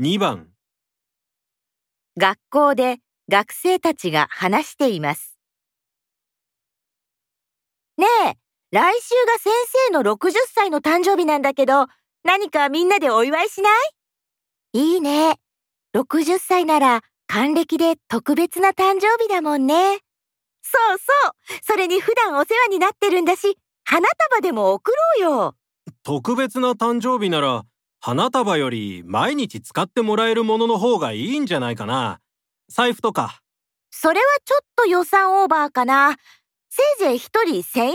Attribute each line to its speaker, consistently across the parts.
Speaker 1: 2番
Speaker 2: 学校で学生たちが話しています。ねえ、来週が先生の60歳の誕生日なんだけど、何かみんなでお祝いしないいいね。60歳なら還暦で特別な誕生日だもんね。そうそう。それに普段お世話になってるんだし、花束でも贈ろうよ。
Speaker 1: 特別な誕生日なら花束より毎日使ってもらえるものの方がいいんじゃないかな財布とか
Speaker 2: それはちょっと予算オーバーかな。せいぜい一人1000円くら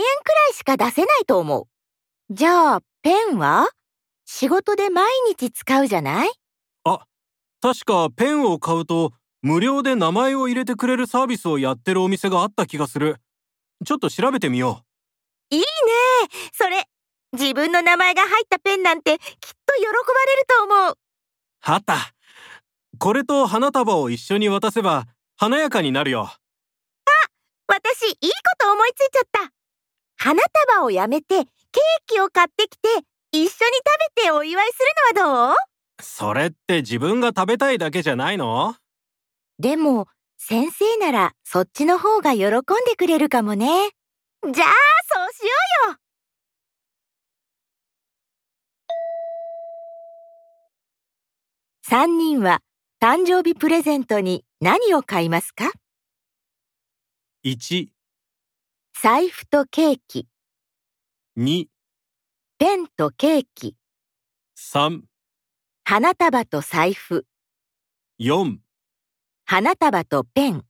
Speaker 2: いしか出せないと思う。じゃあ、ペンは仕事で毎日使うじゃない
Speaker 1: 確かペンを買うと無料で名前を入れてくれるサービスをやってるお店があった気がするちょっと調べてみよ
Speaker 2: いいねそれ、自分の名前が入ったペンなんてきっと喜ばれると思う。
Speaker 1: う旗これと花束を一緒に渡せば華やかになるよ
Speaker 2: 私、いいこと思いついちゃった。花束をやめて、ケーキを買ってきて、一緒に食べてお祝いするのはどう
Speaker 1: それって自分が食べたいだけじゃないの
Speaker 2: でも、先生ならそっちの方が喜んでくれるかもね。じゃあ、そうしようよ三人は誕生日プレゼントに何を買いますか
Speaker 1: 1、
Speaker 2: 財布とケーキ、
Speaker 1: 2、
Speaker 2: ペンとケーキ、
Speaker 1: 3、
Speaker 2: 花束と財布、
Speaker 1: 4
Speaker 2: 花束とペン、